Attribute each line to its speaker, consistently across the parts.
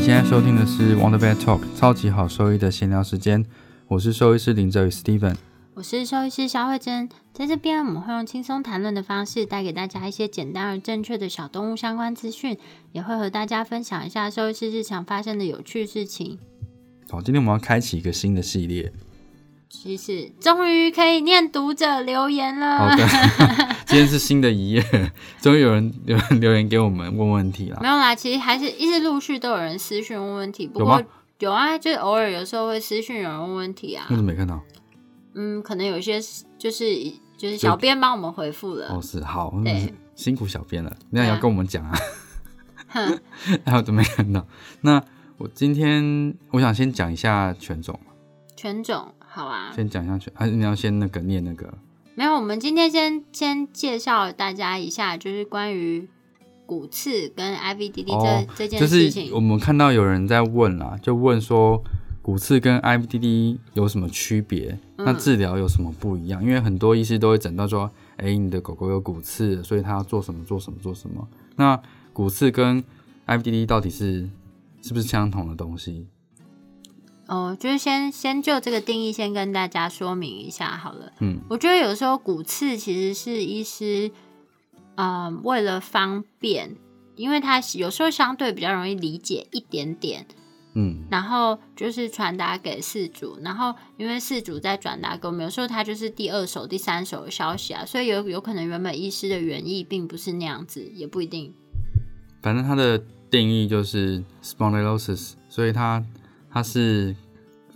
Speaker 1: 现在收听的是 Wonder Vet Talk 超级好兽医的闲聊时间，我是兽医师林哲宇 Steven。
Speaker 2: 我是兽医师肖慧珍，在这边我们会用轻松谈论的方式，带给大家一些简单而正确的小动物相关资讯，也会和大家分享一下兽医师日常发生的有趣事情。
Speaker 1: 好，今天我们要开启一个新的系列。
Speaker 2: 其实终于可以念读者留言
Speaker 1: 好
Speaker 2: 了，
Speaker 1: 的， 今天是新的一页， 终于有人有人留言给我们问问题
Speaker 2: 没
Speaker 1: 啦。
Speaker 2: 有啦，其实还是一直陆续都有人私讯问问题，不
Speaker 1: 有
Speaker 2: 过
Speaker 1: 吗
Speaker 2: 有啊，就是偶尔有时候会私讯有人问问题啊
Speaker 1: 我，怎么没看到？
Speaker 2: 嗯，可能有一些是就是就是小编帮我们回复了
Speaker 1: 哦，，是好，
Speaker 2: 对
Speaker 1: 那是辛苦小编了，那也
Speaker 2: 对啊
Speaker 1: 要跟我们讲啊。
Speaker 2: 哼，
Speaker 1: 还有都没看到。那我今天我想先讲一下犬种，
Speaker 2: 全种好啊，
Speaker 1: 先讲一下犬，还是你要先那个念那个？
Speaker 2: 没有，我们今天先先介绍大家一下，就是关于骨刺跟 IVDD 这、
Speaker 1: 哦
Speaker 2: 这件
Speaker 1: 就
Speaker 2: 事
Speaker 1: 是我
Speaker 2: 情。
Speaker 1: 们看到有人在问啦，就问说骨刺跟 IBDD 有什么区别？那
Speaker 2: 嗯
Speaker 1: 治疗有什么不一样？因为很多医师都会诊断说，哎、你的狗狗有骨刺，所以它要做什么做什么做什么。那骨刺跟 IBDD 到底是是不是相同的东西？
Speaker 2: 哦，就是先先就这个定义先跟大家说明一下好了。
Speaker 1: 嗯，
Speaker 2: 我觉得有时候骨刺其实是医师，呃，为了方便，因为它有时候相对比较容易理解一点点，
Speaker 1: 嗯，
Speaker 2: 然后就是传达给事主，然后因为事主在转达给我们，有时候他就是第二手、第三手的消息啊，所以有有可能原本医师的原意并不是那样子，也不一定。
Speaker 1: 反正它的定义就是 spondylosis，所以它它是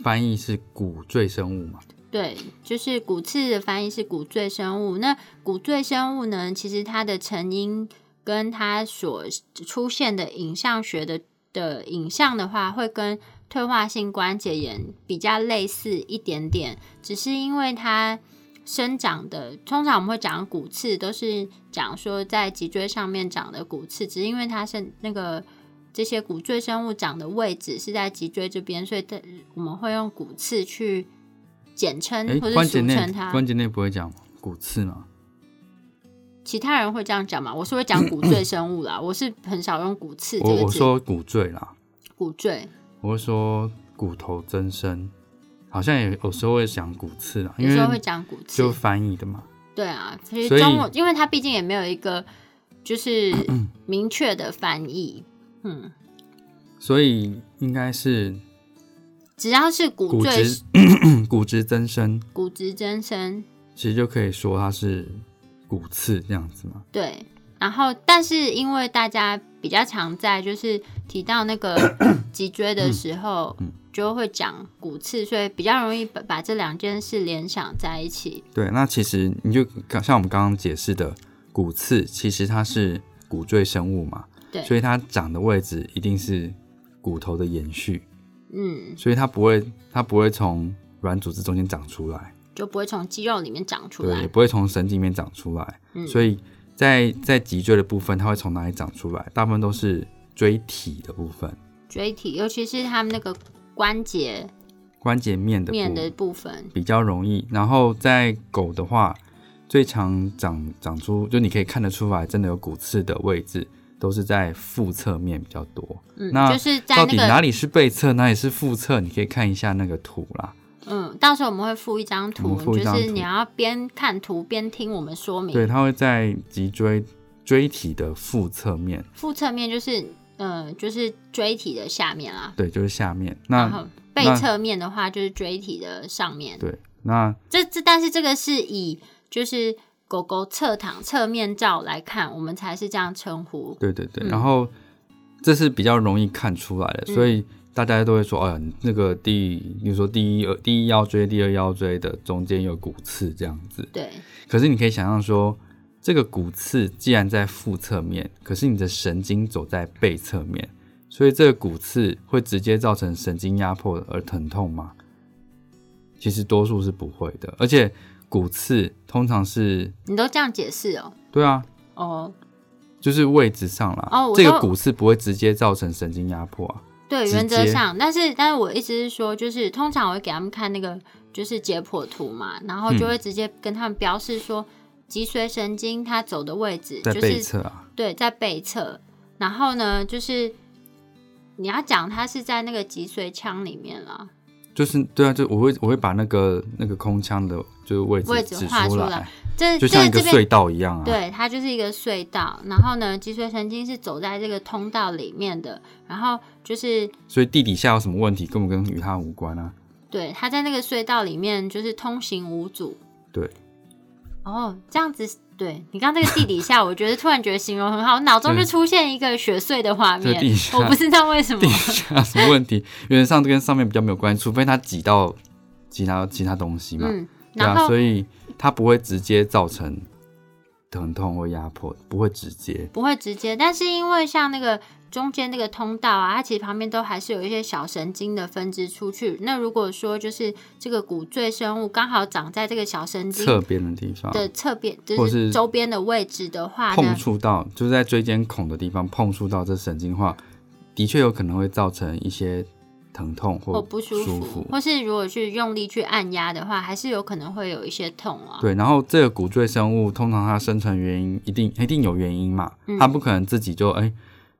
Speaker 1: 翻译是骨赘生物嘛。
Speaker 2: 对，就是骨刺的翻译是骨赘生物。那骨赘生物呢，其实它的成因跟它所出现的影像学的的影像的话，会跟退化性关节炎比较类似一点点，只是因为它生长的，通常我们会讲骨刺，都是讲说在脊椎上面长的骨刺，只是因为它是那个。这些骨赘生物长的位置是在脊椎这边，所以它我们会用骨刺去简称
Speaker 1: 哎、
Speaker 2: 嗯或者
Speaker 1: 关
Speaker 2: 俗
Speaker 1: 节内
Speaker 2: 称它。
Speaker 1: 关节内不会讲骨刺嘛？
Speaker 2: 其他人会这样讲吗？我是会讲骨赘生 物啦，我是很少用骨刺这
Speaker 1: 我
Speaker 2: 个
Speaker 1: 我
Speaker 2: 字。
Speaker 1: 说骨赘啦，
Speaker 2: 骨赘，
Speaker 1: 我会说骨头增生，好像也有时候会讲骨刺啦，因
Speaker 2: 有时候会
Speaker 1: 为
Speaker 2: 讲骨刺
Speaker 1: 就。翻译的嘛。
Speaker 2: 对啊，其
Speaker 1: 所
Speaker 2: 实
Speaker 1: 以
Speaker 2: 中文，因为它毕竟也没有一个就是明确的翻译，嗯，
Speaker 1: 所以应该是
Speaker 2: 只要是骨
Speaker 1: 骨
Speaker 2: 赘
Speaker 1: 质骨质增生，
Speaker 2: 骨质增生，
Speaker 1: 其实就可以说它是骨刺这样子嘛。
Speaker 2: 对。然后，但是因为大家比较常在就是提到那个 脊椎的时候，
Speaker 1: 嗯
Speaker 2: 就会讲骨刺，所以比较容易把把这两件事联想在一起。
Speaker 1: 对，那其实你就像我们刚刚解释的，骨刺其实它是骨赘生物嘛，
Speaker 2: 对
Speaker 1: 所以它长的位置一定是骨头的延续，
Speaker 2: 嗯，
Speaker 1: 所以它不会它不会从软组织中间长出来，
Speaker 2: 就不会从肌肉里面长出
Speaker 1: 对，也
Speaker 2: 来。
Speaker 1: 不会从神经里面长出来，
Speaker 2: 嗯
Speaker 1: 所以在在脊椎的部分，它会从哪里长出来？大部分都是椎体的部分，
Speaker 2: 椎体，尤其是他们那个关节
Speaker 1: 关节面的部
Speaker 2: 面
Speaker 1: 分
Speaker 2: 的部分，
Speaker 1: 比较容易。然后在狗的话，最常长长出，就你可以看得出来，真的有骨刺的位置，都是在腹侧面比较多。
Speaker 2: 嗯，
Speaker 1: 那
Speaker 2: 就是在
Speaker 1: 到
Speaker 2: 那
Speaker 1: 底哪
Speaker 2: 个，
Speaker 1: 里是背侧，哪里是腹侧，你可以看一下那个图啦。
Speaker 2: 嗯，到时候我们会附一张
Speaker 1: 我
Speaker 2: 图
Speaker 1: 们，附一
Speaker 2: 就
Speaker 1: 张图
Speaker 2: 是你要边看图边听我们说明。
Speaker 1: 对，它会在脊椎椎体的腹侧面，
Speaker 2: 腹侧面就是，呃，就是椎体的下面啦，
Speaker 1: 对，就是下面。
Speaker 2: 然
Speaker 1: 那
Speaker 2: 后背
Speaker 1: 那
Speaker 2: 侧面的话就是椎体的上面。
Speaker 1: 对，那
Speaker 2: 这这，但是这个是以就是狗狗侧躺侧面照来看，我们才是这样称呼。
Speaker 1: 对对对，
Speaker 2: 嗯
Speaker 1: 然后这是比较容易看出来的，
Speaker 2: 嗯
Speaker 1: 所以大家都会说，哎呀，你那个第，比如说第一呃第一腰椎、第二腰椎的中间有骨刺这样子。
Speaker 2: 对，
Speaker 1: 可是你可以想象说，这个骨刺既然在腹侧面，可是你的神经走在背侧面，所以这个骨刺会直接造成神经压迫而疼痛吗？其实多数是不会的，而且骨刺通常是，
Speaker 2: 你都这样解释哦。
Speaker 1: 对啊，
Speaker 2: 哦，
Speaker 1: 就是位置上啦。
Speaker 2: 哦我
Speaker 1: 这个
Speaker 2: 都
Speaker 1: 骨刺不会直接造成神经压迫啊。
Speaker 2: 对，
Speaker 1: 直
Speaker 2: 原则
Speaker 1: 接
Speaker 2: 上，但是但是我意思是说，就是通常我会给他们看那个就是解剖图嘛，然后
Speaker 1: 嗯
Speaker 2: 就会直接跟他们标示说，脊髓神经它走的位置
Speaker 1: 在
Speaker 2: 就
Speaker 1: 背
Speaker 2: 是
Speaker 1: 侧啊，
Speaker 2: 对在背侧，然后呢就是你要讲它是在那个脊髓腔里面了，
Speaker 1: 就是对啊，就我会我会把那个那个空腔的，就是位
Speaker 2: 位置
Speaker 1: 指出
Speaker 2: 画出
Speaker 1: 来，
Speaker 2: 来这
Speaker 1: 就
Speaker 2: 这
Speaker 1: 像一个
Speaker 2: 这边
Speaker 1: 隧道一样啊。，
Speaker 2: 对，它就是一个隧道。然后呢，脊髓神经是走在这个通道里面的。然后就是，
Speaker 1: 所以地底下有什么问题，根本跟与它无关啊。
Speaker 2: 对，它在那个隧道里面就是通行无阻。
Speaker 1: 对。
Speaker 2: 哦，这样子，对你刚那个地底下，我觉得突然觉得形容很好，脑中就
Speaker 1: 对
Speaker 2: 出现一个雪碎的画
Speaker 1: 这个
Speaker 2: 面
Speaker 1: 地底。下
Speaker 2: 我不知道为什么
Speaker 1: 地。下有什么问题， 原则上跟上面比较没有关系，除非它挤到其他其他东西嘛。
Speaker 2: 嗯，
Speaker 1: 对
Speaker 2: 然
Speaker 1: 啊，
Speaker 2: 后
Speaker 1: 所以它不会直接造成疼痛或压迫，不会直接。
Speaker 2: 不会直接，但是因为像那个中间那个通道啊，它其实旁边都还是有一些小神经的分支出去。那如果说就是这个骨赘生物刚好长在这个小神
Speaker 1: 侧
Speaker 2: 经
Speaker 1: 边的地方
Speaker 2: 的侧边，就
Speaker 1: 或是
Speaker 2: 是周边的位置的话
Speaker 1: 碰
Speaker 2: 呢，
Speaker 1: 触到，就是在椎间孔的地方碰触到这神经的话，的确有可能会造成一些疼痛
Speaker 2: 或
Speaker 1: 或
Speaker 2: 不舒
Speaker 1: 服。
Speaker 2: 或是如果去用力去按压的话，还是有可能会有一些痛啊。
Speaker 1: 对，然后这个骨赘生物通常它生成原因一定一定有原因嘛，
Speaker 2: 嗯
Speaker 1: 它不可能自己就哎、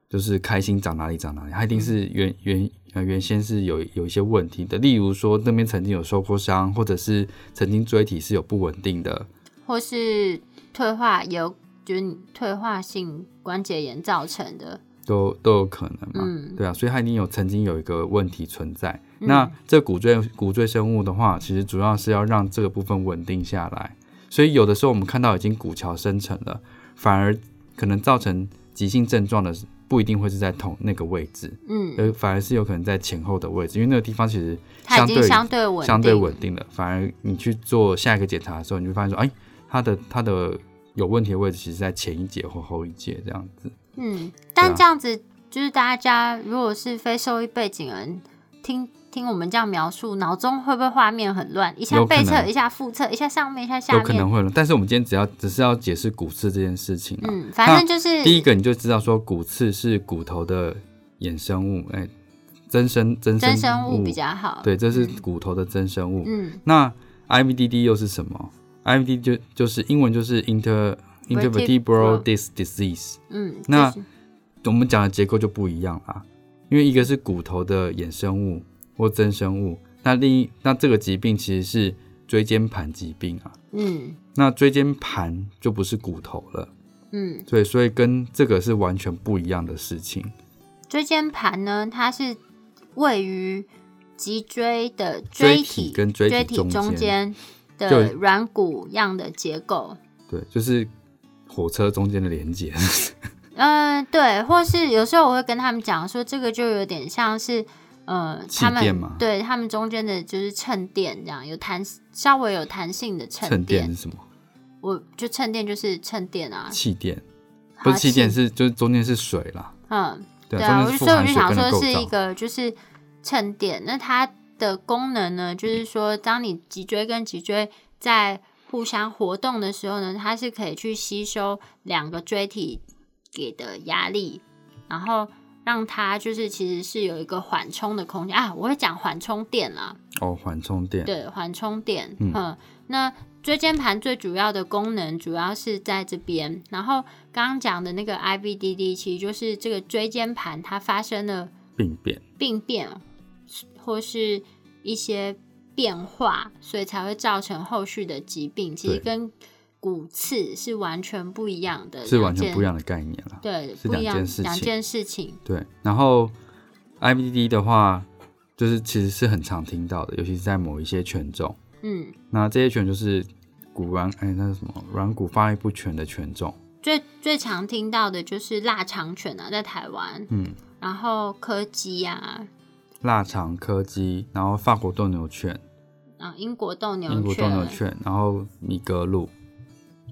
Speaker 1: 就是开心长哪里长哪里，它一定是
Speaker 2: 嗯
Speaker 1: 原原呃原先是有有一些问题的，例如说那边曾经有受过伤，或者是曾经椎体是有不稳定的，
Speaker 2: 或是退化有就是你退化性关节炎造成的。
Speaker 1: 都都有可能嘛，
Speaker 2: 嗯
Speaker 1: 对啊，所以它一定有曾经有一个问题存在。
Speaker 2: 嗯
Speaker 1: 那这骨赘骨赘生物的话，其实主要是要让这个部分稳定下来，所以有的时候我们看到已经骨桥生成了，反而可能造成急性症状的是不一定会是在同那个位置，
Speaker 2: 嗯，
Speaker 1: 呃，反而是有可能在前后的位置，因为那个地方其实
Speaker 2: 它已
Speaker 1: 相
Speaker 2: 经
Speaker 1: 对
Speaker 2: 相对稳定，
Speaker 1: 相对稳定了，反而你去做下一个检查的时候，你就发现说，哎，它的它的有问题的位置其实在前一节或后一节这样子。对
Speaker 2: 嗯，但
Speaker 1: 啊
Speaker 2: 这样子就是大家如果是非受益背景人，听听我们这样描述，脑中会不会画面很乱？一下
Speaker 1: 有可
Speaker 2: 背侧，
Speaker 1: 能
Speaker 2: 一下腹侧，一下上面，一下下
Speaker 1: 有可能
Speaker 2: 面。
Speaker 1: 会了，但是我们今天只要只是要解释骨刺这件事情啊。
Speaker 2: 嗯，反正就是
Speaker 1: 第一个你就知道说骨刺是骨头的衍生物，哎、增生增生
Speaker 2: 真生物比较好。
Speaker 1: 对，这是骨头的增生物。
Speaker 2: 嗯
Speaker 1: 那 IVDD 又是什么？IVD 就就是英文就是 inter intervertebral
Speaker 2: Vertebral
Speaker 1: disc disease，
Speaker 2: 嗯，
Speaker 1: 那
Speaker 2: 就是
Speaker 1: 我们讲的结构就不一样啦，因为一个是骨头的衍生物或增生物，那另一那这个疾病其实是椎间盘疾病啊。
Speaker 2: 嗯
Speaker 1: 那椎间盘就不是骨头了，
Speaker 2: 嗯，
Speaker 1: 对，所以跟这个是完全不一样的事情。
Speaker 2: 椎间盘呢，它是位于脊椎的
Speaker 1: 椎体
Speaker 2: 体
Speaker 1: 跟椎
Speaker 2: 椎
Speaker 1: 体
Speaker 2: 体
Speaker 1: 中
Speaker 2: 中间
Speaker 1: 就
Speaker 2: 的软骨样的结构。
Speaker 1: 对，就是火车中间的连接。
Speaker 2: 嗯，对，或是有时候我会跟他们讲说，这个就有点像是，呃，
Speaker 1: 气
Speaker 2: 他
Speaker 1: 垫
Speaker 2: 们
Speaker 1: 吗
Speaker 2: 对他们中间的就是衬垫这样，有弹稍微有弹性的衬
Speaker 1: 衬垫是什么？
Speaker 2: 我就衬垫就是衬垫啊，
Speaker 1: 气垫不是
Speaker 2: 好
Speaker 1: 气垫，
Speaker 2: 气
Speaker 1: 是就是中间是水啦。
Speaker 2: 嗯，
Speaker 1: 对
Speaker 2: 对
Speaker 1: 啊，
Speaker 2: 啊，
Speaker 1: 中间
Speaker 2: 我
Speaker 1: 富
Speaker 2: 就是所
Speaker 1: 含水
Speaker 2: 以我就想
Speaker 1: 分的
Speaker 2: 说
Speaker 1: 构
Speaker 2: 是一
Speaker 1: 造。
Speaker 2: 个就是衬垫，那它的功能呢，就是说当你脊椎跟脊椎在互相活动的时候呢，它是可以去吸收两个椎体给的压力，然后让它就是其实是有一个缓冲的空间啊，我会讲缓冲垫啦，
Speaker 1: 哦，缓冲垫。
Speaker 2: 对，缓冲垫。
Speaker 1: 嗯
Speaker 2: 嗯那椎间盘最主要的功能主要是在这边。然后刚刚讲的那个 IVDD，其实就是这个椎间盘它发生了
Speaker 1: 病变。
Speaker 2: 病变或是一些变化，所以才会造成后续的疾病。其实
Speaker 1: 对
Speaker 2: 跟骨刺是完全不一样的，
Speaker 1: 是
Speaker 2: 两
Speaker 1: 完全
Speaker 2: 件
Speaker 1: 不一。样的概念啦。
Speaker 2: 对，
Speaker 1: 是
Speaker 2: 不
Speaker 1: 两
Speaker 2: 一样
Speaker 1: 件事，
Speaker 2: 两
Speaker 1: 情
Speaker 2: 件事情。
Speaker 1: 对，然后 IVDD 的话，就是其实是很常听到的，尤其是在某一些犬种。
Speaker 2: 嗯，
Speaker 1: 那这些犬就是骨软，哎，那是什么软骨发育不全的犬种。
Speaker 2: 最最常听到的就是腊肠犬啊，在台湾，
Speaker 1: 嗯，
Speaker 2: 然后柯基啊，
Speaker 1: 腊肠柯基，然后法国斗牛犬、
Speaker 2: 啊，英国斗牛
Speaker 1: 英国斗
Speaker 2: 犬、
Speaker 1: 牛犬，然后米格鲁、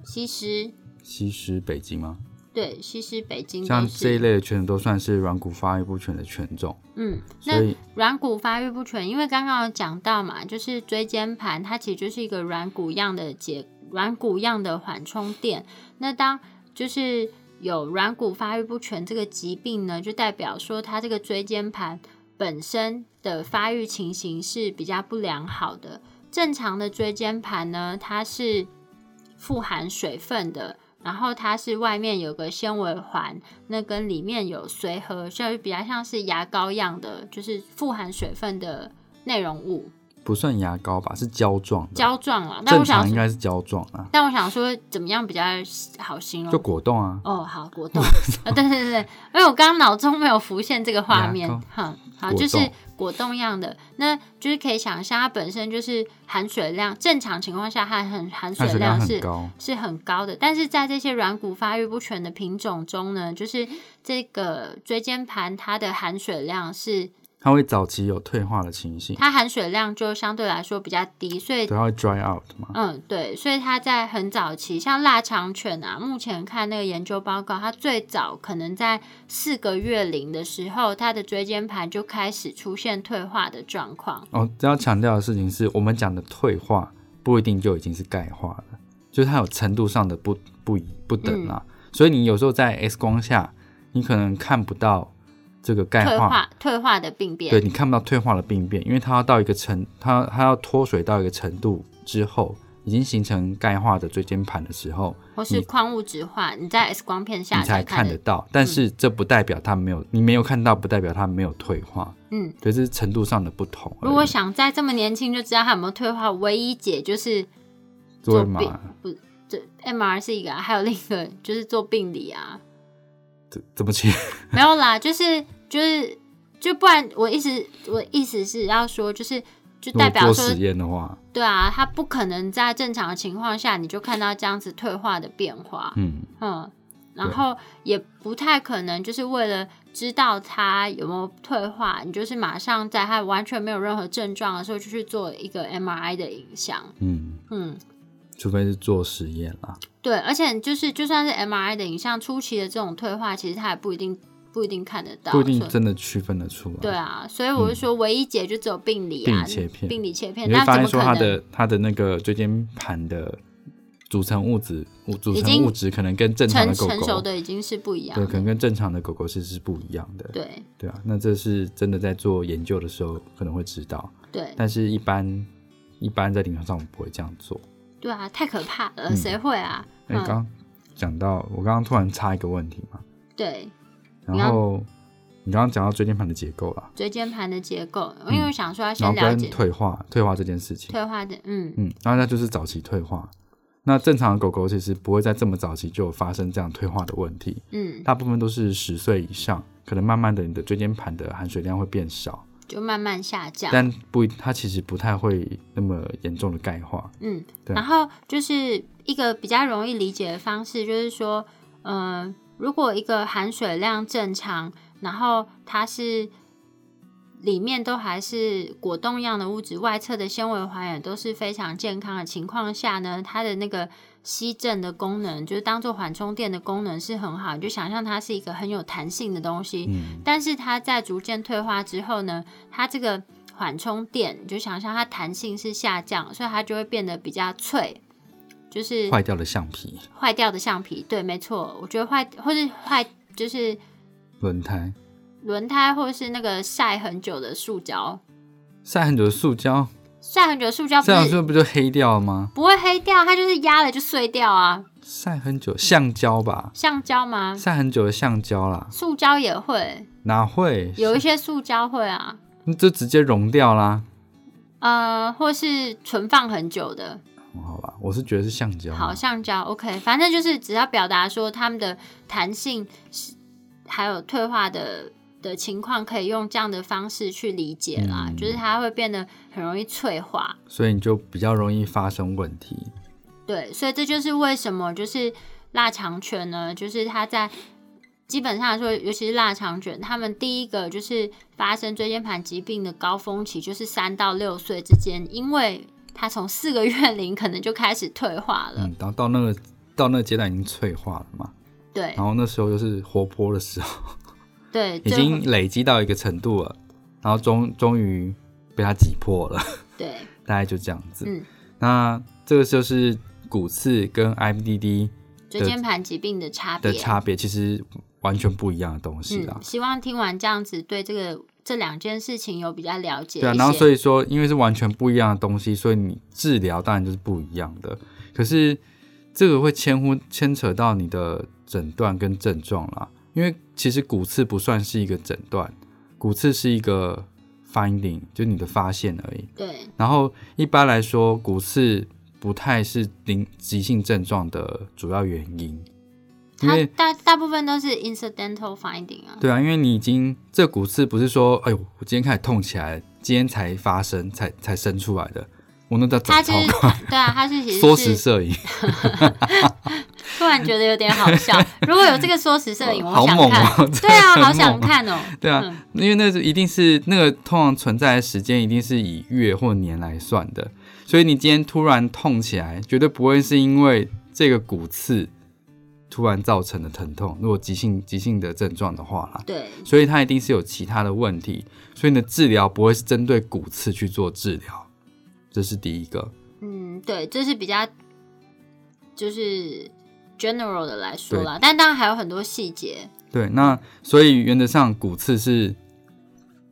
Speaker 2: 西施，
Speaker 1: 西施、北京吗？
Speaker 2: 对，西施北京
Speaker 1: 像
Speaker 2: 都
Speaker 1: 这一
Speaker 2: 是。
Speaker 1: 类的犬种都算是软骨发育不全的犬种，
Speaker 2: 嗯，
Speaker 1: 所
Speaker 2: 那
Speaker 1: 以
Speaker 2: 软骨发育不全，因为刚刚有讲到嘛，就是椎间盘它其实就是一个软骨样的结，软骨样的缓冲垫。那当就是有软骨发育不全这个疾病呢，就代表说它这个椎间盘本身的发育情形是比较不良好的。正常的椎间盘呢，它是富含水分的，然后它是外面有个纤维环，那跟里面有髓核，所以比较像是牙膏一样的，就是富含水分的内容物，
Speaker 1: 不算牙膏吧，是胶状的。
Speaker 2: 胶状啊。但
Speaker 1: 正
Speaker 2: 我想
Speaker 1: 常应
Speaker 2: 说，
Speaker 1: 该是胶状啊，
Speaker 2: 但我想说怎么样比较好形
Speaker 1: 就
Speaker 2: 容？
Speaker 1: 果冻啊。
Speaker 2: 嗯哦，好，果冻啊，对对对对，因为我刚刚脑中没有浮现这个画面
Speaker 1: 牙膏，
Speaker 2: 哼，好，
Speaker 1: 果冻
Speaker 2: 就是果冻一样的，那就是可以想象它本身就是含水量，正常情况下它含含
Speaker 1: 含
Speaker 2: 水
Speaker 1: 水量
Speaker 2: 是
Speaker 1: 很高，
Speaker 2: 是很高的，但是在这些软骨发育不全的品种中呢，就是这个椎间盘它的含水量是
Speaker 1: 它会早期有退化的情形，
Speaker 2: 它含水量就相对来说比较低，所以
Speaker 1: 对，它会 dry out 嘛。
Speaker 2: 嗯对，所以它在很早期，像腊肠犬啊，目前看那个研究报告，它最早可能在四个月龄的时候，它的椎间盘就开始出现退化的状况。
Speaker 1: 哦，这要强调的事情是我们讲的退化不一定就已经是钙化了，就是它有程度上的不不一不等
Speaker 2: 嗯
Speaker 1: 啦、所以你有时候在 X 光下，你可能看不到这个钙
Speaker 2: 退
Speaker 1: 化，
Speaker 2: 化退化的病变，
Speaker 1: 对你看不到退化的病变，因为它要到一个程，它它要脱水到一个程度之后，已经形成钙化的椎间盘的时候，
Speaker 2: 或是矿物质化，你在 X 光片下
Speaker 1: 你才
Speaker 2: 看嗯
Speaker 1: 看得到。但是这不代表它没有，你没有看到，不代表它没有退化。
Speaker 2: 嗯，
Speaker 1: 对，这是程度上的不同而已。
Speaker 2: 如果想在这么年轻就知道他有没有退化，唯一解就是
Speaker 1: 作为
Speaker 2: 做病
Speaker 1: 嘛，
Speaker 2: 这 MR 是一个、啊，还有另一个 就是做病理 啊，
Speaker 1: 怎怎么去？
Speaker 2: 没有啦，就是就是就不然我意思我意思是要说就是。就
Speaker 1: 如果
Speaker 2: 代表
Speaker 1: 做
Speaker 2: 说
Speaker 1: 实，验的话，
Speaker 2: 对啊，他不可能在正常的情况下你就看到这样子退化的变化，
Speaker 1: 嗯，
Speaker 2: 嗯，然
Speaker 1: 对
Speaker 2: 后也不太可能就是为了知道他有没有退化，你就是马上在他完全没有任何症状的时候就去做一个 MRI 的影像，
Speaker 1: 嗯，
Speaker 2: 嗯，
Speaker 1: 除非是做实验啦。
Speaker 2: 对，而且就是就算是 MRI 的影像初期的这种退化，其实它也不一定不一定看得到，
Speaker 1: 不一定
Speaker 2: 所以
Speaker 1: 真的区分得出来。
Speaker 2: 啊对啊，所以我就说，唯一解就只有病理
Speaker 1: 病
Speaker 2: 啊，
Speaker 1: 理切片
Speaker 2: 病理切片，
Speaker 1: 你会
Speaker 2: 那
Speaker 1: 发
Speaker 2: 怎
Speaker 1: 现
Speaker 2: 么
Speaker 1: 说
Speaker 2: 可
Speaker 1: 它
Speaker 2: 能？
Speaker 1: 的它的那个椎间盘的组成物质，物组
Speaker 2: 已
Speaker 1: 成
Speaker 2: 经
Speaker 1: 物质可能跟正常
Speaker 2: 成
Speaker 1: 的狗
Speaker 2: 成熟
Speaker 1: 狗，
Speaker 2: 的已经是不一样
Speaker 1: 对，可
Speaker 2: 的，
Speaker 1: 能跟正常的狗狗是是不一样的，
Speaker 2: 对
Speaker 1: 对啊。那这是真的在做研究的时候可能会知道，
Speaker 2: 对
Speaker 1: 但是一般一般在临床上我们不会这样做。
Speaker 2: 对啊，太可怕
Speaker 1: 嗯
Speaker 2: 了，谁会啊？
Speaker 1: 哎、刚刚讲到我刚刚突然插一个问题嘛，
Speaker 2: 对，
Speaker 1: 然
Speaker 2: 你要
Speaker 1: 后你刚刚讲到椎间盘的结构啦，
Speaker 2: 椎间盘的结构，因为我想说要
Speaker 1: 嗯然
Speaker 2: 先
Speaker 1: 后
Speaker 2: 了
Speaker 1: 跟
Speaker 2: 解
Speaker 1: 退化退化这件事情。
Speaker 2: 退化的，嗯，
Speaker 1: 嗯，然后那就是早期退化。那正常的狗狗其实不会在这么早期就有发生这样退化的问题，
Speaker 2: 嗯，
Speaker 1: 大部分都是十岁以上，可能慢慢的你的椎间盘的含水量会变少，
Speaker 2: 就慢慢下降，
Speaker 1: 但不一它其实不太会那么严重的钙化。
Speaker 2: 嗯，
Speaker 1: 对
Speaker 2: 然后就是一个比较容易理解的方式，就是说，呃，如果一个含水量正常，然后它是里面都还是果冻样的物质，外侧的纤维环也都是非常健康的情况下呢，它的那个吸震的功能，就是当做缓冲垫的功能是很好，你就想象它是一个很有弹性的东西。
Speaker 1: 嗯，
Speaker 2: 但是它在逐渐退化之后呢，它这个缓冲垫，你就想象它弹性是下降，所以它就会变得比较脆，就是
Speaker 1: 坏掉的橡皮、
Speaker 2: 坏掉的橡皮。对，没错，我觉得坏或是坏就是
Speaker 1: 轮胎、
Speaker 2: 轮胎，或是那个晒很久的塑胶，
Speaker 1: 晒很久的塑胶，
Speaker 2: 晒很久的塑啊胶不
Speaker 1: 晒很
Speaker 2: 是
Speaker 1: 久不就黑掉了吗？
Speaker 2: 不会黑掉，它就是压了就碎掉啊。
Speaker 1: 晒很久，橡胶吧，
Speaker 2: 橡胶吗？
Speaker 1: 晒很久的橡胶啦，
Speaker 2: 塑胶也会，
Speaker 1: 哪会？
Speaker 2: 有一些塑胶会啊，
Speaker 1: 就直接溶掉啦。
Speaker 2: 呃，或是存放很久的，
Speaker 1: 哦好吧，我是觉得是橡胶啦。啊
Speaker 2: 好，橡胶 OK，反正就是只要表达说他们的弹性是还有退化的的情况，可以用这样的方式去理解啦，
Speaker 1: 嗯
Speaker 2: 就是它会变得很容易脆化。
Speaker 1: 所以你就比较容易发生问题。
Speaker 2: 对，所以这就是为什么就是腊肠犬呢，就是它在基本上来说，尤其是腊肠犬，它们第一个就是发生椎间盘疾病的高峰期，就是三到六岁之间，因为它从四个月龄可能就开始退化了。
Speaker 1: 嗯，然后到那个到那个阶段已经脆化了嘛，
Speaker 2: 对
Speaker 1: 然后那时候就是活泼的时候，
Speaker 2: 对，
Speaker 1: 已
Speaker 2: 最后
Speaker 1: 经累积到一个程度了，然后终终于被它挤破了，
Speaker 2: 对。
Speaker 1: 大概就这样子。
Speaker 2: 嗯
Speaker 1: 那这个就是骨刺跟 IBDD
Speaker 2: 椎间盘疾病的差别。
Speaker 1: 的差别，其实完全不一样的东西啦
Speaker 2: 嗯，。希望听完这样子，对这个这两件事情有比较了解一些。
Speaker 1: 对啊，然后所以说，因为是完全不一样的东西，所以你治疗当然就是不一样的。可是这个会牵乎牵扯到你的诊断跟症状啦，因为其实骨刺不算是一个诊断，骨刺是一个 finding，就你的发现而已。
Speaker 2: 对，
Speaker 1: 然后一般来说，骨刺不太是临急性症状的主要原因，因
Speaker 2: 它
Speaker 1: 为
Speaker 2: 大大部分都是 incidental finding 啊。
Speaker 1: 对啊，因为你已经这骨刺不是说，哎呦，我今天开始痛起来，今天才发生，才才生出来的，我那叫长
Speaker 2: 它就
Speaker 1: 超
Speaker 2: 是
Speaker 1: 快，
Speaker 2: 对啊，它是 其
Speaker 1: 缩
Speaker 2: 实
Speaker 1: 时
Speaker 2: 是
Speaker 1: 摄影，
Speaker 2: 突然觉得有点好 笑。如果有这个缩时摄影，
Speaker 1: 好
Speaker 2: 我想
Speaker 1: 猛
Speaker 2: 看。
Speaker 1: 哦！
Speaker 2: 对啊，
Speaker 1: 真的
Speaker 2: 好
Speaker 1: 很
Speaker 2: 想
Speaker 1: 猛哦。
Speaker 2: 看哦。
Speaker 1: 对啊，
Speaker 2: 嗯
Speaker 1: 因为那是一定是那个通常存在的时间一定是以月或年来算的，所以你今天突然痛起来，绝对不会是因为这个骨刺突然造成的疼痛。如果急性急性的症状的话啦，
Speaker 2: 对，
Speaker 1: 所以它一定是有其他的问题，所以你的治疗不会是针对骨刺去做治疗，这是第一个。
Speaker 2: 嗯，对，这是比较就是 general 的来说啦，但当然还有很多细节。
Speaker 1: 对，那所以原则上骨刺是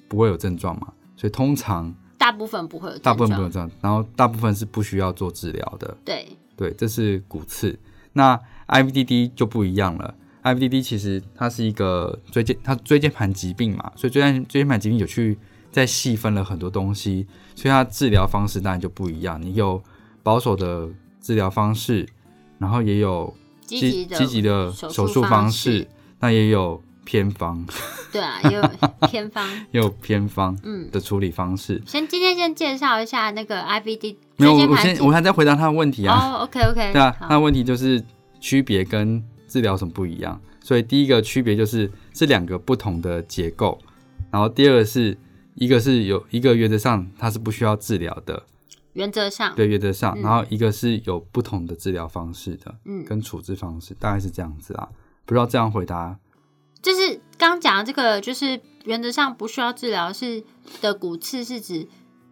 Speaker 1: 不会有症状嘛，所以通常
Speaker 2: 大部分不会有症
Speaker 1: 大
Speaker 2: 状，
Speaker 1: 部分不会有症状，然后大部分是不需要做治疗的。
Speaker 2: 对
Speaker 1: 对，这是骨刺。那 IVDD 就不一样了，IVDD 其实它是一个椎间，它椎间盘疾病嘛，所以椎间椎间盘疾病有去再细分了很多东西，所以它治疗方式当然就不一样。你有保守的治疗方式，然后也有
Speaker 2: 积极的
Speaker 1: 积极的
Speaker 2: 手术
Speaker 1: 手术
Speaker 2: 方
Speaker 1: 方
Speaker 2: 式
Speaker 1: 式，那也有偏方，
Speaker 2: 对啊，也 有偏方。
Speaker 1: 也有偏方
Speaker 2: 嗯，
Speaker 1: 的处理方式。
Speaker 2: 先今天先介绍一下那个 IBD
Speaker 1: 没有，
Speaker 2: 椎
Speaker 1: 我
Speaker 2: 间
Speaker 1: 我
Speaker 2: 盘
Speaker 1: 先
Speaker 2: 疾
Speaker 1: 我还在回答他的问题啊。
Speaker 2: 哦，OK OK，
Speaker 1: 对啊，
Speaker 2: 好
Speaker 1: 那问题就是区别跟治疗有什么不一样？所以第一个区别就是这两个不同的结构，然后第二个是一个是有一个原则上它是不需要治疗的，
Speaker 2: 原则上，
Speaker 1: 对原则上，
Speaker 2: 嗯
Speaker 1: 然后一个是有不同的治疗方式的
Speaker 2: 嗯，
Speaker 1: 跟处置方式，大概是这样子啊。不知道这样回答
Speaker 2: 就是刚讲的这个，就是原则上不需要治疗是的骨刺是指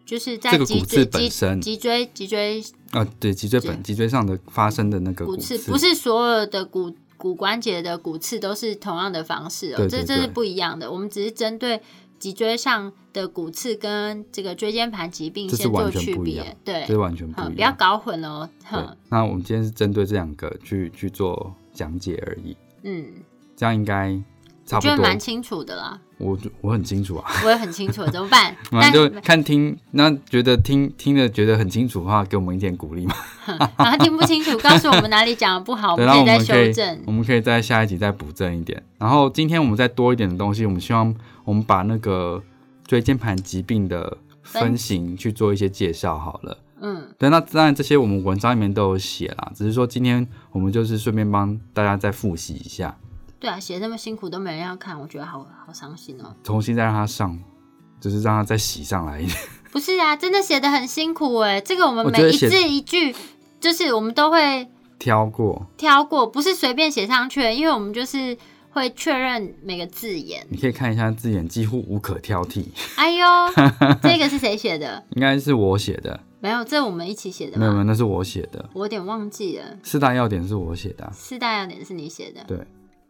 Speaker 2: 就是在
Speaker 1: 这个
Speaker 2: 脊
Speaker 1: 骨
Speaker 2: 椎
Speaker 1: 刺本
Speaker 2: 脊
Speaker 1: 身
Speaker 2: 脊椎脊椎
Speaker 1: 啊？对，脊椎本脊椎上的发生的那个
Speaker 2: 骨
Speaker 1: 刺
Speaker 2: 刺，不是所有的骨骨关节的骨刺都是同样的方式哦，
Speaker 1: 对
Speaker 2: 这
Speaker 1: 对
Speaker 2: 这是
Speaker 1: 对
Speaker 2: 不一样的。我们只是针对脊椎上的骨刺跟这个椎间盘疾病
Speaker 1: 这是
Speaker 2: 先做
Speaker 1: 完全
Speaker 2: 区
Speaker 1: 不一
Speaker 2: 别
Speaker 1: 样，
Speaker 2: 对
Speaker 1: 这，是完全不
Speaker 2: 嗯，
Speaker 1: 一
Speaker 2: 不要
Speaker 1: 样。
Speaker 2: 搞混哦，
Speaker 1: 对
Speaker 2: 哼，，
Speaker 1: 那我们今天是针对这两个去去做讲解而已，
Speaker 2: 嗯，
Speaker 1: 这样应该差
Speaker 2: 我
Speaker 1: 不多。
Speaker 2: 觉得蛮清楚的啦，
Speaker 1: 我就我很清楚 啊，
Speaker 2: 我也很清楚，怎么办？
Speaker 1: 那
Speaker 2: 但
Speaker 1: 就看听，那觉得听听的觉得很清楚的话，给我们一点鼓励嘛。
Speaker 2: 然后啊听不清楚，告诉我们哪里讲的不好，我
Speaker 1: 对，
Speaker 2: 们
Speaker 1: 然
Speaker 2: 可
Speaker 1: 后我
Speaker 2: 以再
Speaker 1: 们可
Speaker 2: 修
Speaker 1: 以
Speaker 2: 正，
Speaker 1: 我。们可以在下一集再补正一点。然后今天我们再多一点的东西，我们希望我们把那个椎间盘疾病的分型去做一些介绍好了。
Speaker 2: 嗯，
Speaker 1: 对，那当然这些我们文章里面都有写啦，只是说今天我们就是顺便帮大家再复习一下，
Speaker 2: 对啊，写得那么辛苦都没人要看，我觉得好好伤心哦。
Speaker 1: 重新再让它上，就是让它再洗上来一 点。
Speaker 2: 不是啊，真的写得很辛苦哎、这个我们
Speaker 1: 我觉
Speaker 2: 每
Speaker 1: 得
Speaker 2: 一
Speaker 1: 写
Speaker 2: 字一句，就是我们都会
Speaker 1: 挑过，
Speaker 2: 挑过，不是随便写上去的，因为我们就是会确认每个字眼。
Speaker 1: 你可以看一下字眼几乎无可挑剔，
Speaker 2: 哎 呦，这个是谁写的？
Speaker 1: 应该是我写的。
Speaker 2: 没有，这我们一起写的
Speaker 1: 没有没
Speaker 2: 吗？
Speaker 1: 有，那是我写的。
Speaker 2: 我有点忘记了，
Speaker 1: 四大要点是我写的啊、
Speaker 2: 四大要点是你写的，
Speaker 1: 对，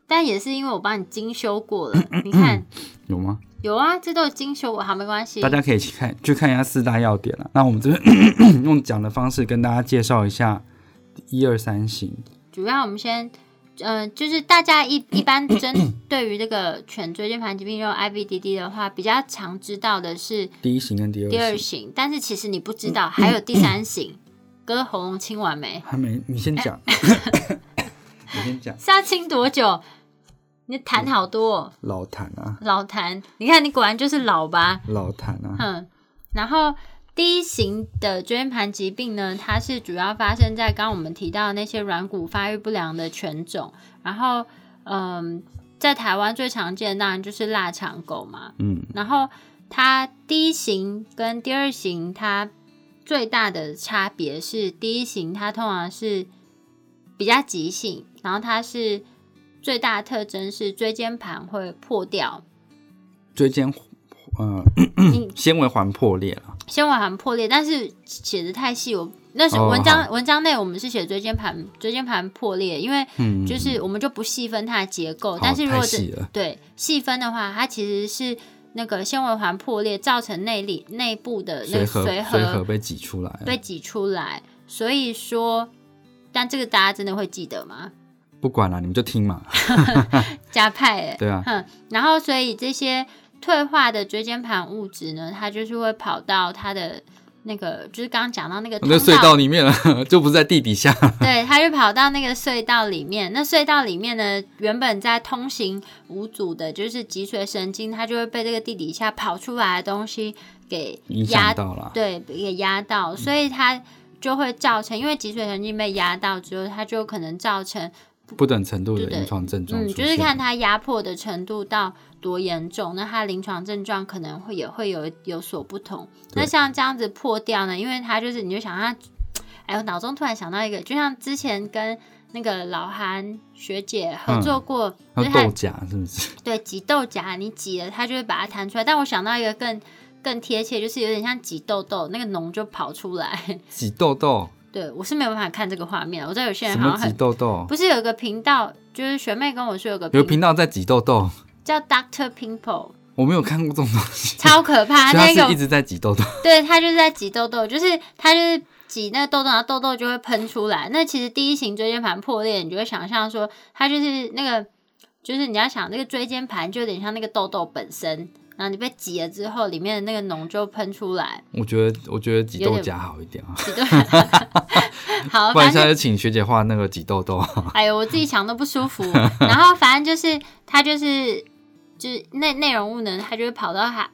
Speaker 2: 但也是因为我帮你精修过了。你 看，
Speaker 1: 有吗？
Speaker 2: 有啊，这都有精修过，好，没关系
Speaker 1: 大。家可以去看去看一下四大要点了、那我们这边 用讲的方式跟大家介绍一下一二三型。
Speaker 2: 主要我们先，呃，就是大家一 一般针对于这个犬椎间盘疾病用 IBDD 的话，比较常知道的是
Speaker 1: 第一型跟第二
Speaker 2: 第二
Speaker 1: 型，
Speaker 2: 型，但是其实你不知道还有第三型。哥喉咙清完没？
Speaker 1: 还没你先讲，哎 你先讲，
Speaker 2: 是要清多久？你痰好多、哦，
Speaker 1: 老痰啊，
Speaker 2: 老痰。你看，你果然就是老吧？
Speaker 1: 老痰啊，
Speaker 2: 嗯。然后第一型的椎间盘疾病呢，它是主要发生在刚刚我们提到的那些软骨发育不良的犬种。然后，嗯，在台湾最常见的当然就是腊肠狗嘛。
Speaker 1: 嗯，
Speaker 2: 然后它第一型跟第二型它最大的差别是，第一型它通常是比较急性，然后它是最大的特征是椎间盘会破掉，
Speaker 1: 椎间呃纤维环破裂了，
Speaker 2: 纤维很破裂，但是写的太细，我那是
Speaker 1: 哦
Speaker 2: 文章、
Speaker 1: 好
Speaker 2: 文章内我们是写椎间盘椎间盘破裂，因为
Speaker 1: 嗯，
Speaker 2: 就是我们就不细分它的结构，
Speaker 1: 好
Speaker 2: 但是如果
Speaker 1: 太
Speaker 2: 只
Speaker 1: 细了
Speaker 2: 对细分的话，它其实是那个纤维环破裂造成内里内部的
Speaker 1: 随
Speaker 2: 那个
Speaker 1: 和
Speaker 2: 髓
Speaker 1: 随和
Speaker 2: 核
Speaker 1: 被挤出来了，
Speaker 2: 被挤出来，所以说但这个大家真的会记得吗？
Speaker 1: 不管了，你们就听嘛。
Speaker 2: 加派哎、
Speaker 1: 对啊，
Speaker 2: 哼，然后所以这些退化的椎间盘物质呢，它就是会跑到它的那个，就是刚刚讲到那个
Speaker 1: 那
Speaker 2: 通
Speaker 1: 隧道里面了， 就不是在地底下。
Speaker 2: 对，它就跑到那个隧道里面。那隧道里面呢，原本在通行无阻的，就是脊髓神经，它就会被这个地底下跑出来的东西给
Speaker 1: 影
Speaker 2: 压
Speaker 1: 响到啦。
Speaker 2: 对，给压到，所以它就会造成，因为脊髓神经被压到之后，它就可能造成，
Speaker 1: 不等程度的
Speaker 2: 对的
Speaker 1: 临床症状
Speaker 2: 嗯，
Speaker 1: 出现，
Speaker 2: 就是看它压迫的程度到多严重，那它临床症状可能会也会有有所不同。那
Speaker 1: 对
Speaker 2: 像这样子破掉呢，因为它就是你就想它，哎，我脑中突然想到一个，就像之前跟那个老韩学姐
Speaker 1: 嗯
Speaker 2: 合作过，
Speaker 1: 还
Speaker 2: 就是
Speaker 1: 有
Speaker 2: 她
Speaker 1: 豆荚是不是？
Speaker 2: 对挤豆荚，啊你挤了它就会把它弹出来。但我想到一个更更贴切，就是有点像挤痘痘，那个脓就跑出来。
Speaker 1: 挤痘痘？
Speaker 2: 对我是没有办法看这个画面，我知道有些
Speaker 1: 什
Speaker 2: 人
Speaker 1: 么
Speaker 2: 好像
Speaker 1: 挤
Speaker 2: 很
Speaker 1: 痘痘？
Speaker 2: 不是有个频道，就是学妹跟我说有个
Speaker 1: 有
Speaker 2: 频
Speaker 1: 频道在挤痘痘，
Speaker 2: 叫 Doctor Pimple，
Speaker 1: 我没有看过这种东西，
Speaker 2: 超可 怕，
Speaker 1: 所以
Speaker 2: 那
Speaker 1: 它是一
Speaker 2: 个
Speaker 1: 直在挤痘痘。
Speaker 2: 对他就是在挤痘痘，就是他就是。挤那个痘痘，然后痘痘就会喷出来。那其实第一型椎间盘破裂，你就会想象说，它就是那个，就是你要想那个椎间盘就有点像那个痘痘本身，然后你被挤了之后，里面的那个脓就喷出来，
Speaker 1: 我觉得，我觉得挤
Speaker 2: 有
Speaker 1: 豆
Speaker 2: 点
Speaker 1: 荚好一点啊，
Speaker 2: 挤兑。好，
Speaker 1: 不然
Speaker 2: 反
Speaker 1: 现
Speaker 2: 正
Speaker 1: 在就请学姐画那个挤痘啊痘。
Speaker 2: 哎呦，我自己想都不舒服。 然后反正就是它就是就是内内容物呢，它就会跑到它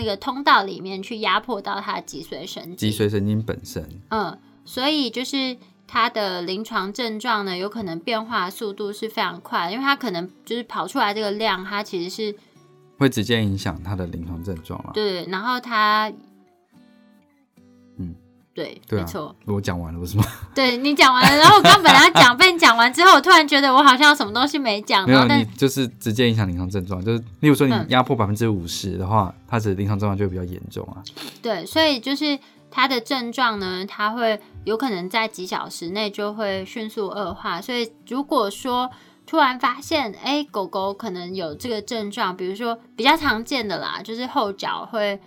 Speaker 2: 那个通道里面去压迫到它的脊髓神经。
Speaker 1: 脊髓神经本身，
Speaker 2: 嗯，所以就是它的临床症状呢，有可能变化的速度是非常快的，因为它可能就是跑出来这个量，它其实是
Speaker 1: 会直接影响他的临床症状啊了。
Speaker 2: 对，然后它，
Speaker 1: 嗯，
Speaker 2: 对，
Speaker 1: 对啊
Speaker 2: 没错，
Speaker 1: 我讲完了不是吗？
Speaker 2: 对你讲完了，然后我刚本来要讲， 被你讲完之后，我突然觉得我好像有什么东西没讲，
Speaker 1: 没
Speaker 2: 然后
Speaker 1: 有，
Speaker 2: 但
Speaker 1: 你就是直接影响临床症状，就是例如说你
Speaker 2: 嗯
Speaker 1: 压迫百分之五十的话，它的临床症状就会比较严重啊。
Speaker 2: 对，所以就是它的症状呢，它会有可能在几小时内就会迅速恶化。所以如果说突然发现，哎，狗狗可能有这个症状，比如说比较常见的啦，就是后脚会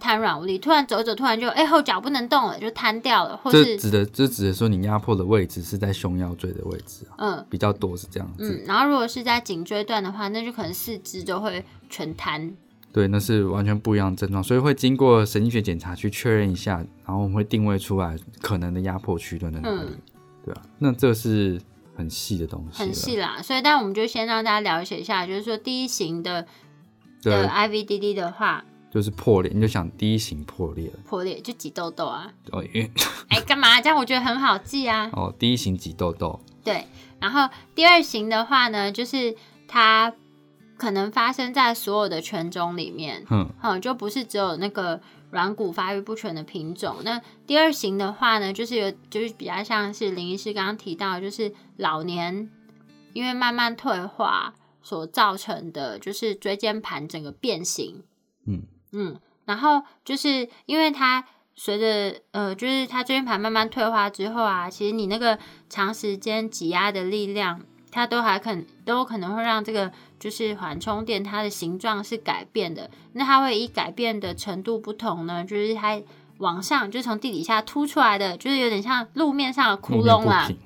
Speaker 2: 瘫软无力，突然走一走，突然就哎后脚不能动了，就瘫掉了，或
Speaker 1: 这
Speaker 2: 是
Speaker 1: 指的这指的说你压迫的位置是在胸腰椎的位置啊，
Speaker 2: 嗯
Speaker 1: 比较多是这样子。
Speaker 2: 嗯，然后如果是在颈椎段的话，那就可能四肢就会全瘫。
Speaker 1: 对，那是完全不一样的症状，所以会经过神经学检查去确认一下，然后我们会定位出来可能的压迫区段在哪里，
Speaker 2: 嗯
Speaker 1: 对啊，那这是很细的东西了，
Speaker 2: 很细啦，所以但我们就先让大家了解一下，就是说第一型的
Speaker 1: 对
Speaker 2: 的
Speaker 1: 啊，
Speaker 2: IVDD 的话，
Speaker 1: 就是破裂，你就想第一型破裂了，
Speaker 2: 破裂就挤痘痘啊，
Speaker 1: 哦，因为。
Speaker 2: 哎，干嘛？这样我觉得很好记啊
Speaker 1: 哦第一型挤痘痘，
Speaker 2: 对，然后第二型的话呢，就是它可能发生在所有的犬种里面，
Speaker 1: 哼，
Speaker 2: 嗯，就不是只有那个软骨发育不全的品种。那第二型的话呢，就是有就是比较像是林医师刚刚提到，就是老年因为慢慢退化所造成的，就是椎间盘整个变形。
Speaker 1: 嗯
Speaker 2: 嗯，然后就是因为它随着呃，就是它椎间盘慢慢退化之后啊，其实你那个长时间挤压的力量，它都还肯都有可能会让这个就是缓冲垫它的形状是改变的。那它会以改变的程度不同呢，就是它往上，就是从地底下凸出来的，就是有点像路面上的窟
Speaker 1: 路面
Speaker 2: 窿啊
Speaker 1: 不
Speaker 2: 啦。
Speaker 1: 平，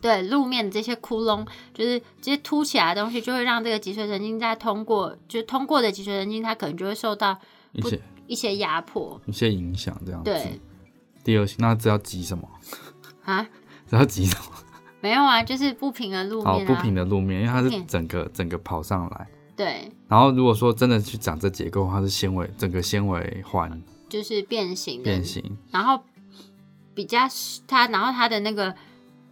Speaker 2: 对路面的这些窟窿，就是这些凸起来的东西，就会让这个脊髓神经在通过，就是通过的脊髓神经，它可能就会受到
Speaker 1: 一些
Speaker 2: 一些压迫。
Speaker 1: 一些影响这样子。
Speaker 2: 对
Speaker 1: 第二型，那这要挤什么？
Speaker 2: 啊，
Speaker 1: 这要挤什么？
Speaker 2: 没有啊，就是不平的路
Speaker 1: 好哦
Speaker 2: 面
Speaker 1: 不
Speaker 2: 啊。
Speaker 1: 平的路面，因为它是
Speaker 2: 不平
Speaker 1: 整个整个跑上来。
Speaker 2: 对，
Speaker 1: 然后如果说真的去长这结构，它是纤维，整个纤维环
Speaker 2: 就是变形的。
Speaker 1: 变形，
Speaker 2: 然后比较它，然后它的那个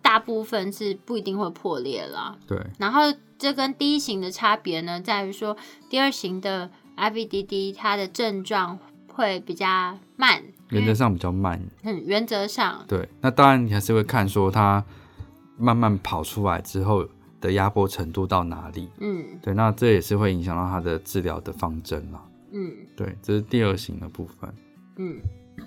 Speaker 2: 大部分是不一定会破裂了。
Speaker 1: 对，
Speaker 2: 然后这跟第一型的差别呢，在于说第二型的 IVDD 它的症状会比较慢，
Speaker 1: 原则上比较慢。
Speaker 2: 嗯，原则上
Speaker 1: 对，那当然你还是会看说它慢慢跑出来之后的压迫程度到哪里。
Speaker 2: 嗯
Speaker 1: 对，那这也是会影响到它的治疗的方针啦。
Speaker 2: 嗯
Speaker 1: 对，这是第二型的部分。
Speaker 2: 嗯，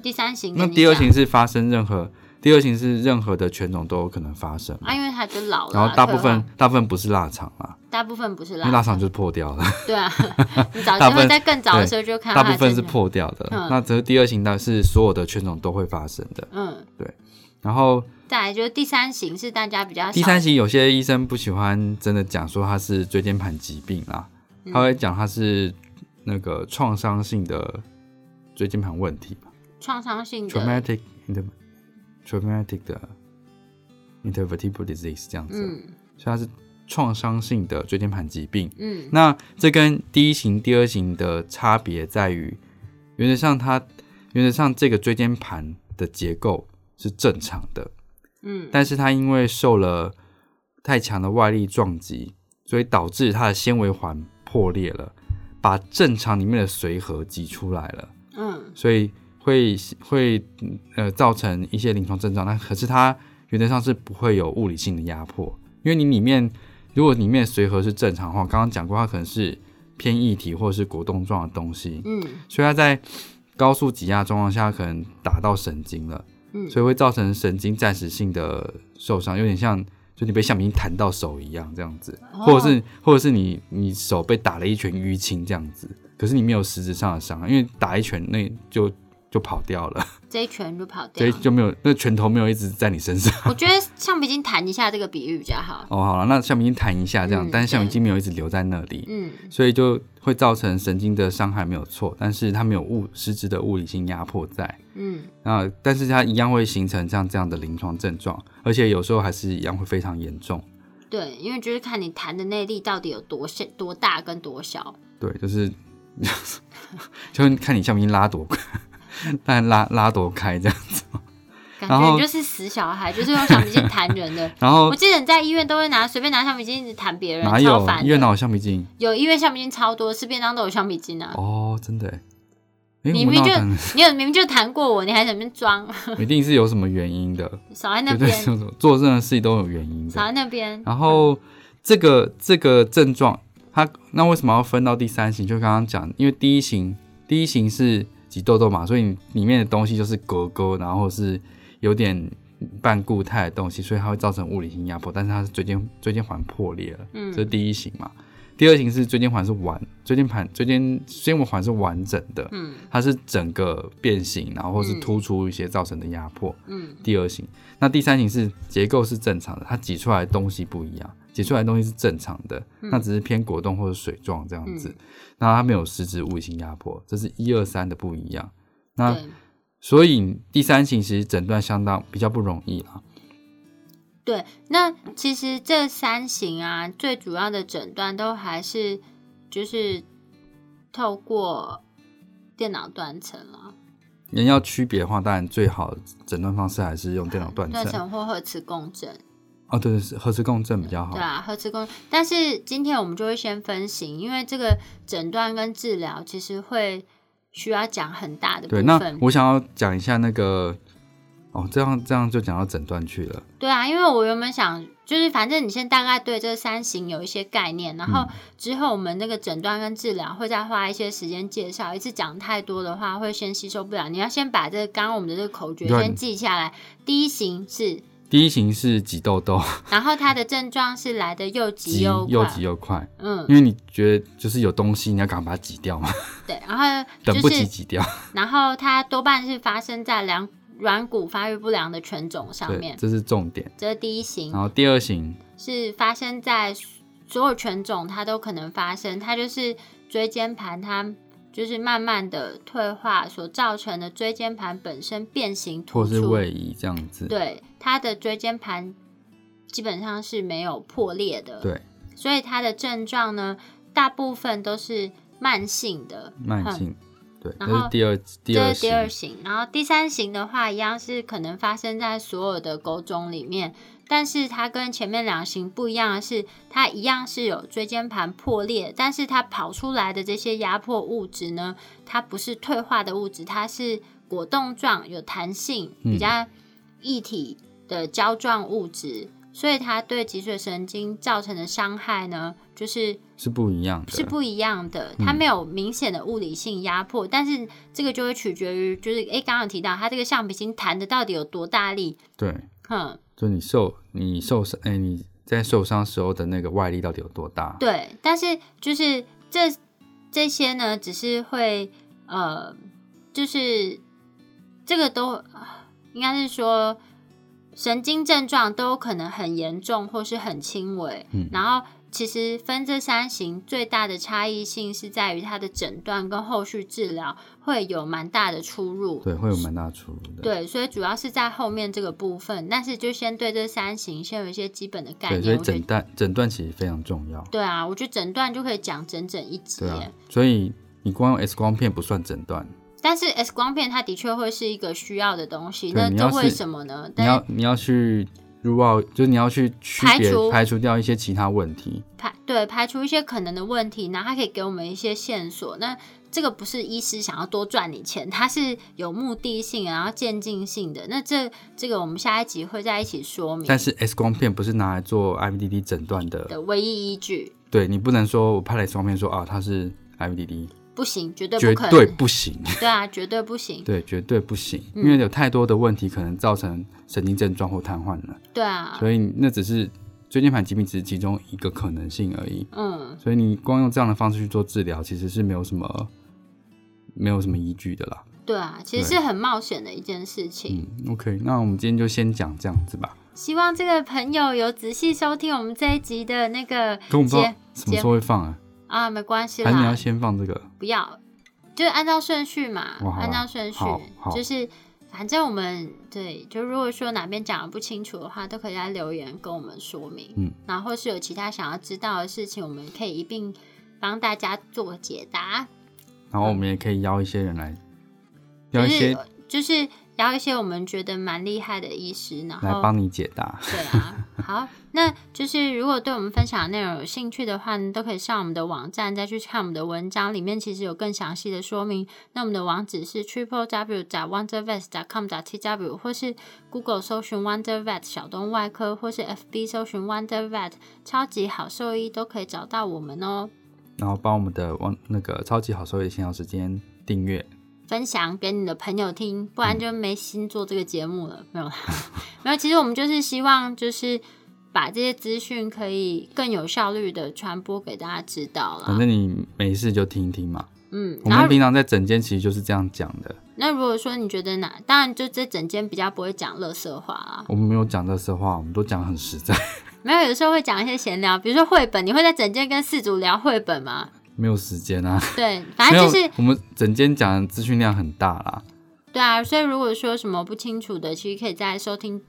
Speaker 2: 第三型
Speaker 1: 那
Speaker 2: 跟你
Speaker 1: 第二
Speaker 2: 讲
Speaker 1: 型是发生任何，第二型是任何的犬种都有可能发生嘛。
Speaker 2: 啊，因为它就老了啊，
Speaker 1: 然后大部
Speaker 2: 退化
Speaker 1: 分大部分不是腊肠啦，
Speaker 2: 大部分不是
Speaker 1: 因
Speaker 2: 老，
Speaker 1: 为腊肠就是破掉了，
Speaker 2: 对啊，你早
Speaker 1: 大
Speaker 2: 期
Speaker 1: 部
Speaker 2: 会
Speaker 1: 分
Speaker 2: 在更早的
Speaker 1: 对
Speaker 2: 时候就看
Speaker 1: 大
Speaker 2: 到它
Speaker 1: 部
Speaker 2: 的
Speaker 1: 分是
Speaker 2: 症状，
Speaker 1: 破掉的。
Speaker 2: 嗯
Speaker 1: 那这是第二型的是所有的犬种都会发生的。
Speaker 2: 嗯
Speaker 1: 然后
Speaker 2: 再来就是第三型是大家比较
Speaker 1: 第
Speaker 2: 少
Speaker 1: 三型有些医生不喜欢真的讲说它是椎间盘疾病啦，他会讲它是那个创伤性的椎间盘问题
Speaker 2: 创伤性的，
Speaker 1: ，traumatic inter traumatic 的 intervertebral disease 这样子，
Speaker 2: 嗯
Speaker 1: 所以它是创伤性的椎间盘疾病。
Speaker 2: 嗯
Speaker 1: 那这跟第一型、第二型的差别在于，原则上它原则上这个椎间盘的结构是正常的，
Speaker 2: 嗯
Speaker 1: 但是它因为受了太强的外力撞击，所以导致它的纤维环破裂了，把正常里面的髓核挤出来了，
Speaker 2: 嗯
Speaker 1: 所以会会呃造成一些临床症状。那可是它原则上是不会有物理性的压迫，因为你里面如果里面的髓核是正常的话，刚刚讲过它可能是偏异体或者是果冻状的东西，
Speaker 2: 嗯
Speaker 1: 所以它在高速挤压状况下可能打到神经了。
Speaker 2: 嗯，
Speaker 1: 所以会造成神经暂时性的受伤，有点像就你被橡皮筋弹到手一样这样子，
Speaker 2: 哦
Speaker 1: 或者是或者是你你手被打了一拳淤青这样子，可是你没有实质上的伤，因为打一拳那就就跑掉了，
Speaker 2: 这一拳就跑
Speaker 1: 所
Speaker 2: 掉
Speaker 1: 以
Speaker 2: 了。
Speaker 1: 就没有那拳头没有一直在你身上。
Speaker 2: 我觉得橡皮筋弹一下这个比喻比较好。
Speaker 1: 哦，好了，那橡皮筋弹一下这样，
Speaker 2: 嗯
Speaker 1: 但是橡皮筋没有一直留在那里，
Speaker 2: 嗯
Speaker 1: 所以就会造成神经的伤害没有错，但是它没有物实质的物理性压迫在。
Speaker 2: 嗯
Speaker 1: 那但是它一样会形成像这样的临床症状，而且有时候还是一样会非常严重。
Speaker 2: 对，因为就是看你弹的内力到底有多小、多大跟多小。
Speaker 1: 对，就是 就是看你橡皮筋拉多快，但拉拉多开这样子。
Speaker 2: 感
Speaker 1: 然
Speaker 2: 觉
Speaker 1: 后。
Speaker 2: 你就是死小孩，就是用橡皮筋弹人的
Speaker 1: 然后
Speaker 2: 我记得你在医院都会拿随便拿橡皮筋一直弹别人，
Speaker 1: 哪
Speaker 2: 超
Speaker 1: 有
Speaker 2: 烦
Speaker 1: 医院
Speaker 2: 的。
Speaker 1: 哪有橡皮筋？
Speaker 2: 有医院橡皮筋超多，吃便当都有橡皮筋啊！
Speaker 1: 哦，真的耶。哎，
Speaker 2: 你
Speaker 1: 我
Speaker 2: 明明
Speaker 1: 闹
Speaker 2: 就
Speaker 1: 腾
Speaker 2: 你有明明就弹过我，你还在那边装，
Speaker 1: 一定是有什么原因的，
Speaker 2: 少在 那
Speaker 1: 绝对
Speaker 2: 边，
Speaker 1: 是有什么做任何事情都有原因
Speaker 2: 少
Speaker 1: 的。
Speaker 2: 在那边。
Speaker 1: 然后这个这个症状，它那为什么要分到第三型？就刚刚讲，因为第一型第一型是挤痘痘嘛，所以你里面的东西就是格沟，然后是有点半固态的东西，所以它会造成物理性压迫，但是它是椎间椎间环破裂了，
Speaker 2: 嗯
Speaker 1: 这是第一型嘛。第二型是椎间环是完，椎间盘椎间椎间环是完整的，
Speaker 2: 嗯
Speaker 1: 它是整个变形，然后或是
Speaker 2: 嗯
Speaker 1: 突出一些造成的压迫。
Speaker 2: 嗯
Speaker 1: 第二型，那第三型是结构是正常的，它挤出来的东西不一样，挤出来的东西是正常的，那只是偏果冻或者水状这样子，
Speaker 2: 嗯
Speaker 1: 那它没有实质物理性压迫，这是一二三的不一样。那
Speaker 2: 对
Speaker 1: 所以第三型其实诊断相当比较不容易啦，
Speaker 2: 对，那其实这三型啊，最主要的诊断都还是就是透过电脑断层了，
Speaker 1: 人要区别的话，当然最好的诊断方式还是用电脑断
Speaker 2: 断
Speaker 1: 层。
Speaker 2: 层或核磁共振。
Speaker 1: 哦，对对，是核磁共振比较好
Speaker 2: 对。啊，核磁共。但是今天我们就会先分型，因为这个诊断跟治疗其实会需要讲很大的部
Speaker 1: 对，那
Speaker 2: 分。
Speaker 1: 我想要讲一下那个，哦，这样这样就讲到诊断去了。
Speaker 2: 对啊，因为我原本想，就是反正你先大概对这三型有一些概念，然
Speaker 1: 嗯
Speaker 2: 后之后我们那个诊断跟治疗会再花一些时间介绍。一次讲太多的话，会先吸收不了。你要先把这个刚刚我们的这个口诀
Speaker 1: 对啊
Speaker 2: 先记下来。第一型是，
Speaker 1: 第一型是挤痘痘，
Speaker 2: 然后它的症状是来的又急
Speaker 1: 挤
Speaker 2: 又
Speaker 1: 又
Speaker 2: 快，
Speaker 1: 挤又快，
Speaker 2: 嗯，
Speaker 1: 因为你觉得就是有东西，你要赶快把它挤掉嘛，
Speaker 2: 对，然后
Speaker 1: 等不
Speaker 2: 就
Speaker 1: 及
Speaker 2: 是
Speaker 1: 挤掉。
Speaker 2: 然后它多半是发生在两软骨发育不良的犬种上
Speaker 1: 对，哦
Speaker 2: 面，
Speaker 1: 这是重点。
Speaker 2: 这是第一型
Speaker 1: 然。后第二型，
Speaker 2: 是发生在所有犬种，它都可能发生。它就是椎间盘，它就是慢慢的退化所造成的椎间盘本身变形突
Speaker 1: 或
Speaker 2: 出，
Speaker 1: 是位移这样子。
Speaker 2: 对它的椎间盘基本上是没有破裂的，
Speaker 1: 对，
Speaker 2: 所以它的症状呢，大部分都是慢性的，
Speaker 1: 慢
Speaker 2: 嗯
Speaker 1: 性，对，这
Speaker 2: 然后
Speaker 1: 是第二第
Speaker 2: 这
Speaker 1: 二
Speaker 2: 是第二
Speaker 1: 型。
Speaker 2: 型，然后第三型的话，一样是可能发生在所有的狗种里面，但是它跟前面两型不一样的是，它一样是有椎间盘破裂，但是它跑出来的这些压迫物质呢，它不是退化的物质，它是果冻状、有弹性、
Speaker 1: 嗯
Speaker 2: 比较液体的胶状物质，所以它对脊髓神经造成的伤害呢，就是
Speaker 1: 是不一样的，
Speaker 2: 是不一样的，它没有明显的物理性压迫，但是这个就会取决于，就是诶，刚刚有提到它这个橡皮筋弹的到底有多大力，
Speaker 1: 对，
Speaker 2: 哼，
Speaker 1: 就你受你受伤，哎、你在受伤时候的那个外力到底有多大？
Speaker 2: 对，但是就是这这些呢，只是会呃，就是这个都应该是说神经症状都可能很严重或是很轻微。
Speaker 1: 嗯
Speaker 2: 然后其实分这三型最大的差异性是在于它的诊断跟后续治疗会有蛮大的出入。
Speaker 1: 对，会有蛮大出入的。
Speaker 2: 对，所以主要是在后面这个部分，但是就先对这三型先有一些基本的概
Speaker 1: 对，
Speaker 2: 念。
Speaker 1: 所以
Speaker 2: 我觉得
Speaker 1: 诊断诊断其实非常重要。
Speaker 2: 对啊，我觉得诊断就可以讲整整一集
Speaker 1: 对
Speaker 2: 耶
Speaker 1: 啊，所以你光用 X 光片不算诊断，
Speaker 2: 但是 X 光片它的确会是一个需要的东西，
Speaker 1: 对
Speaker 2: 那
Speaker 1: 你
Speaker 2: 这
Speaker 1: 要
Speaker 2: 为
Speaker 1: 是
Speaker 2: 什么呢？
Speaker 1: 你
Speaker 2: 但
Speaker 1: 要你要去 rule out，就是你要去区
Speaker 2: 排
Speaker 1: 别
Speaker 2: 除
Speaker 1: 排除掉一些其他问题。
Speaker 2: 排对排除一些可能的问题，然后它可以给我们一些线索。那这个不是医师想要多赚你钱，它是有目的性，然后渐进性的。那这这个我们下一集会在一起说明
Speaker 1: 但是 X 光片不是拿来做 IVDD 诊断的，
Speaker 2: 的唯一依据，
Speaker 1: 对你不能说我拍了 X 光片说啊它是 IVDD，
Speaker 2: 不行，绝对
Speaker 1: 绝
Speaker 2: 不可能，
Speaker 1: 对不行，
Speaker 2: 对啊，绝对不行，
Speaker 1: 对，绝对不行，
Speaker 2: 嗯
Speaker 1: 因为有太多的问题可能造成神经症状或瘫痪了，
Speaker 2: 对啊，
Speaker 1: 所以那只是椎间盘疾病只是其中一个可能性而已。
Speaker 2: 嗯，
Speaker 1: 所以你光用这样的方式去做治疗，其实是没有什么没有什么依据的啦。
Speaker 2: 对啊，其实是
Speaker 1: 对
Speaker 2: 很冒险的一件事情。
Speaker 1: 嗯，OK，那我们今天就先讲这样子吧。
Speaker 2: 希望这个朋友有仔细收听我们这一集的那个
Speaker 1: 可我们不知道
Speaker 2: 节
Speaker 1: 什么时候会放啊，
Speaker 2: 啊，没关系
Speaker 1: 还是你要
Speaker 2: 啦，
Speaker 1: 先放这个？
Speaker 2: 不要，就是按照顺序嘛
Speaker 1: 哦哇，好
Speaker 2: 按
Speaker 1: 啦
Speaker 2: 照顺序
Speaker 1: 好，好
Speaker 2: 就是反正我们对，就如果说哪边讲的不清楚的话，都可以在留言跟我们说明，
Speaker 1: 嗯，
Speaker 2: 然后或是有其他想要知道的事情，我们可以一并帮大家做解答，
Speaker 1: 然后我们也可以邀一些人来，邀
Speaker 2: 就
Speaker 1: 一些
Speaker 2: 是就是聊一些我们觉得蛮厉害的医师，然
Speaker 1: 来
Speaker 2: 后
Speaker 1: 帮你解答。
Speaker 2: 对啊，好，那就是如果对我们分享的内容有兴趣的话呢，都可以上我们的网站再去看我们的文章，里面其实有更详细的说明。那我们的网址是 triple w 打 wondervet 打 com 打 t w，或是 Google 搜寻 wondervet 小东外科，或是 FB 搜寻 wondervet 超级好兽医，都可以找到我们哦。
Speaker 1: 然后帮我们的网那个超级好收益闲聊时间订阅，
Speaker 2: 分享给你的朋友
Speaker 1: 嗯
Speaker 2: 听，不然就没心做这个节目了。没有啦， 没有。其实我们就是希望，就是把这些资讯可以更有效率的传播给大家知道
Speaker 1: 反
Speaker 2: 啦。
Speaker 1: 正你没事就听一听嘛。
Speaker 2: 嗯，
Speaker 1: 我
Speaker 2: 啊然后
Speaker 1: 们平常在整间其实就是这样讲的，
Speaker 2: 那如果说你觉得哪，当然就这整间比较不会讲乐色话啊，
Speaker 1: 我们没有讲这些话，我们都讲得很实在，
Speaker 2: 没有，有时候会讲一些闲聊，比如说绘本，你会在整间跟四组聊绘本吗？
Speaker 1: 没有时间啊。
Speaker 2: 对，反
Speaker 1: 没
Speaker 2: 正
Speaker 1: 有，
Speaker 2: 就是
Speaker 1: 我们整间讲的资讯量很大啦。
Speaker 2: 对啊，所以如果说什么不清楚的，其实可以再收听，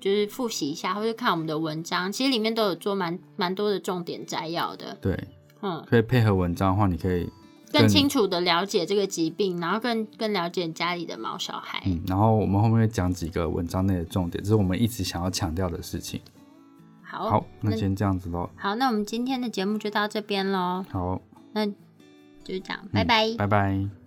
Speaker 2: 就是复习一下，或者看我们的文章，其实里面都有做蛮蛮多的重点摘要的，
Speaker 1: 对，
Speaker 2: 嗯，
Speaker 1: 可以配合文章的话，你可以
Speaker 2: 更
Speaker 1: 更
Speaker 2: 清楚的了解这个疾病，然后更更了解家里的毛小孩。
Speaker 1: 嗯，然后我们后面会讲几个文章内的重点，这是我们一直想要强调的事情。
Speaker 2: 好，
Speaker 1: 好，那
Speaker 2: 那
Speaker 1: 先这样子喽。
Speaker 2: 好，那我们今天的节目就到这边喽，
Speaker 1: 好，
Speaker 2: 那就这样，拜拜。
Speaker 1: 嗯拜拜。